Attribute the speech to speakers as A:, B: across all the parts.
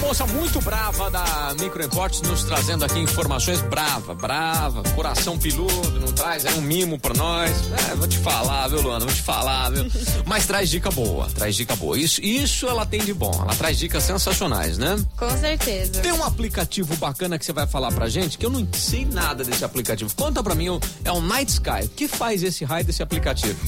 A: moça muito brava da Micro Imports nos trazendo aqui informações brava, brava, coração peludo, não traz, é um mimo pra nós. É, vou te falar, viu, Luana? Vou te falar, viu? Mas traz dica boa, traz dica boa. Isso, isso ela tem de bom. Ela traz dicas sensacionais, né?
B: Com certeza.
A: Tem um aplicativo bacana que você vai falar pra gente, que eu não sei nada desse aplicativo. Conta pra mim, é o Night Sky. O que faz esse raio desse aplicativo?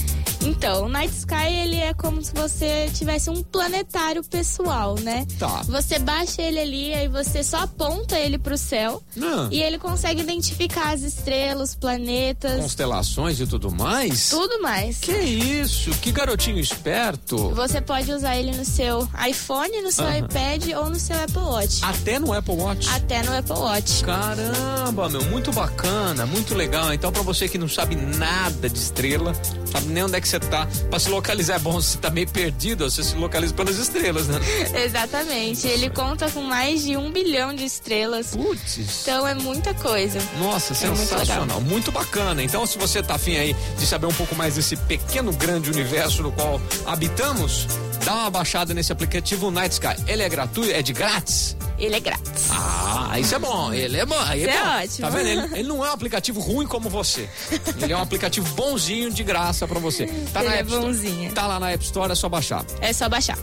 B: Então, o Night Sky ele é como se você tivesse um planetário pessoal, né?
A: Tá.
B: Você baixa ele ali, aí você só aponta ele pro céu
A: Ah.
B: e ele consegue identificar as estrelas, planetas,
A: Constelações e tudo mais?
B: tudo mais.
A: Que isso? Que garotinho esperto.
B: Você pode usar ele no seu iPhone, no seu
A: Aham.
B: iPad ou no seu Apple Watch.
A: Até no Apple Watch.
B: Até no Apple Watch.
A: Caramba, meu, muito bacana, muito legal. Então, pra você que não sabe nada de estrela, sabe nem onde é que você tá, pra se localizar é bom, se você tá meio perdido, você se localiza pelas estrelas, né?
B: Exatamente. Ele conta com mais de um bilhão de estrelas.
A: Putz.
B: Então é muita coisa.
A: Nossa,
B: É muito
A: sensacional, muito, bacana. Então, se você tá afim aí de saber um pouco mais desse pequeno, grande universo no qual habitamos, dá uma baixada nesse aplicativo Night Sky. Ele é gratuito, é de grátis?
B: Ele é grátis.
A: Ah, isso é bom, ele é bom. Aí
B: Isso é
A: bom.
B: ótimo.
A: Tá vendo? Ele, ele não é um aplicativo ruim como você. Ele é um aplicativo bonzinho de graça pra você. Tá na
B: Ele é
A: App Store-
B: bonzinho.
A: Tá lá na App Store, é só baixar.
B: É só baixar.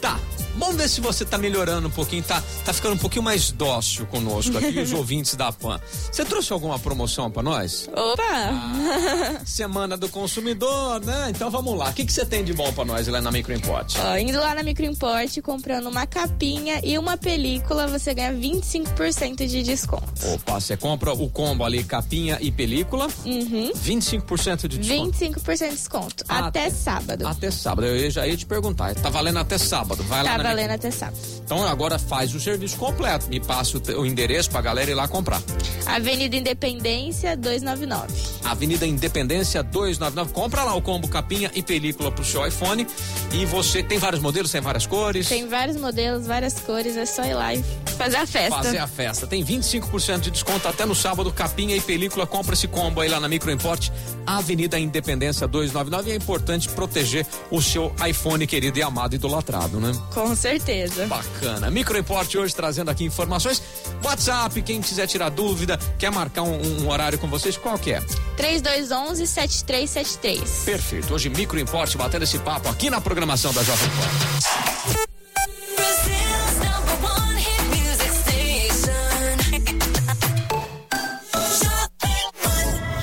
A: Tá. Vamos ver se você tá melhorando um pouquinho, tá, tá ficando um pouquinho mais dócil conosco aqui, os ouvintes da PAN. Você trouxe alguma promoção pra nós?
B: Opa!
A: Semana do Consumidor, né? Então vamos lá. O que, que você tem de bom pra nós lá na Microimport?
B: Ó, indo lá na Microimport, comprando uma capinha e uma película, você ganha 25% de desconto.
A: Opa, você compra o combo ali, capinha e película. Uhum. 25% de desconto.
B: 25% de desconto.
A: Ah,
B: até sábado.
A: Até sábado. Eu já ia te perguntar. Tá valendo até sábado. Vai lá
B: Tá
A: na
B: valendo até sábado.
A: Então agora faz o serviço completo. Me passa o, te- o endereço pra galera ir lá comprar.
B: Avenida Independência 299.
A: Avenida Independência 299. Compra lá o combo capinha e película pro seu iPhone. E você tem vários modelos, tem várias cores.
B: Tem vários modelos, várias cores, é só ir lá e fazer a festa.
A: Fazer a festa. Tem 25% de desconto até no sábado. Capinha e película. Compra esse combo aí lá na Microimport, Avenida Independência 299. E é importante proteger o seu iPhone querido e amado e idolatrado, né?
B: Com certeza.
A: Bacana. Microimport hoje trazendo aqui informações. WhatsApp, quem quiser tirar dúvida, quer marcar um, um- um horário com vocês, qual que é?
B: 3211 7373.
A: Perfeito. Hoje Microimport batendo esse papo aqui na programação da Jovem Pan.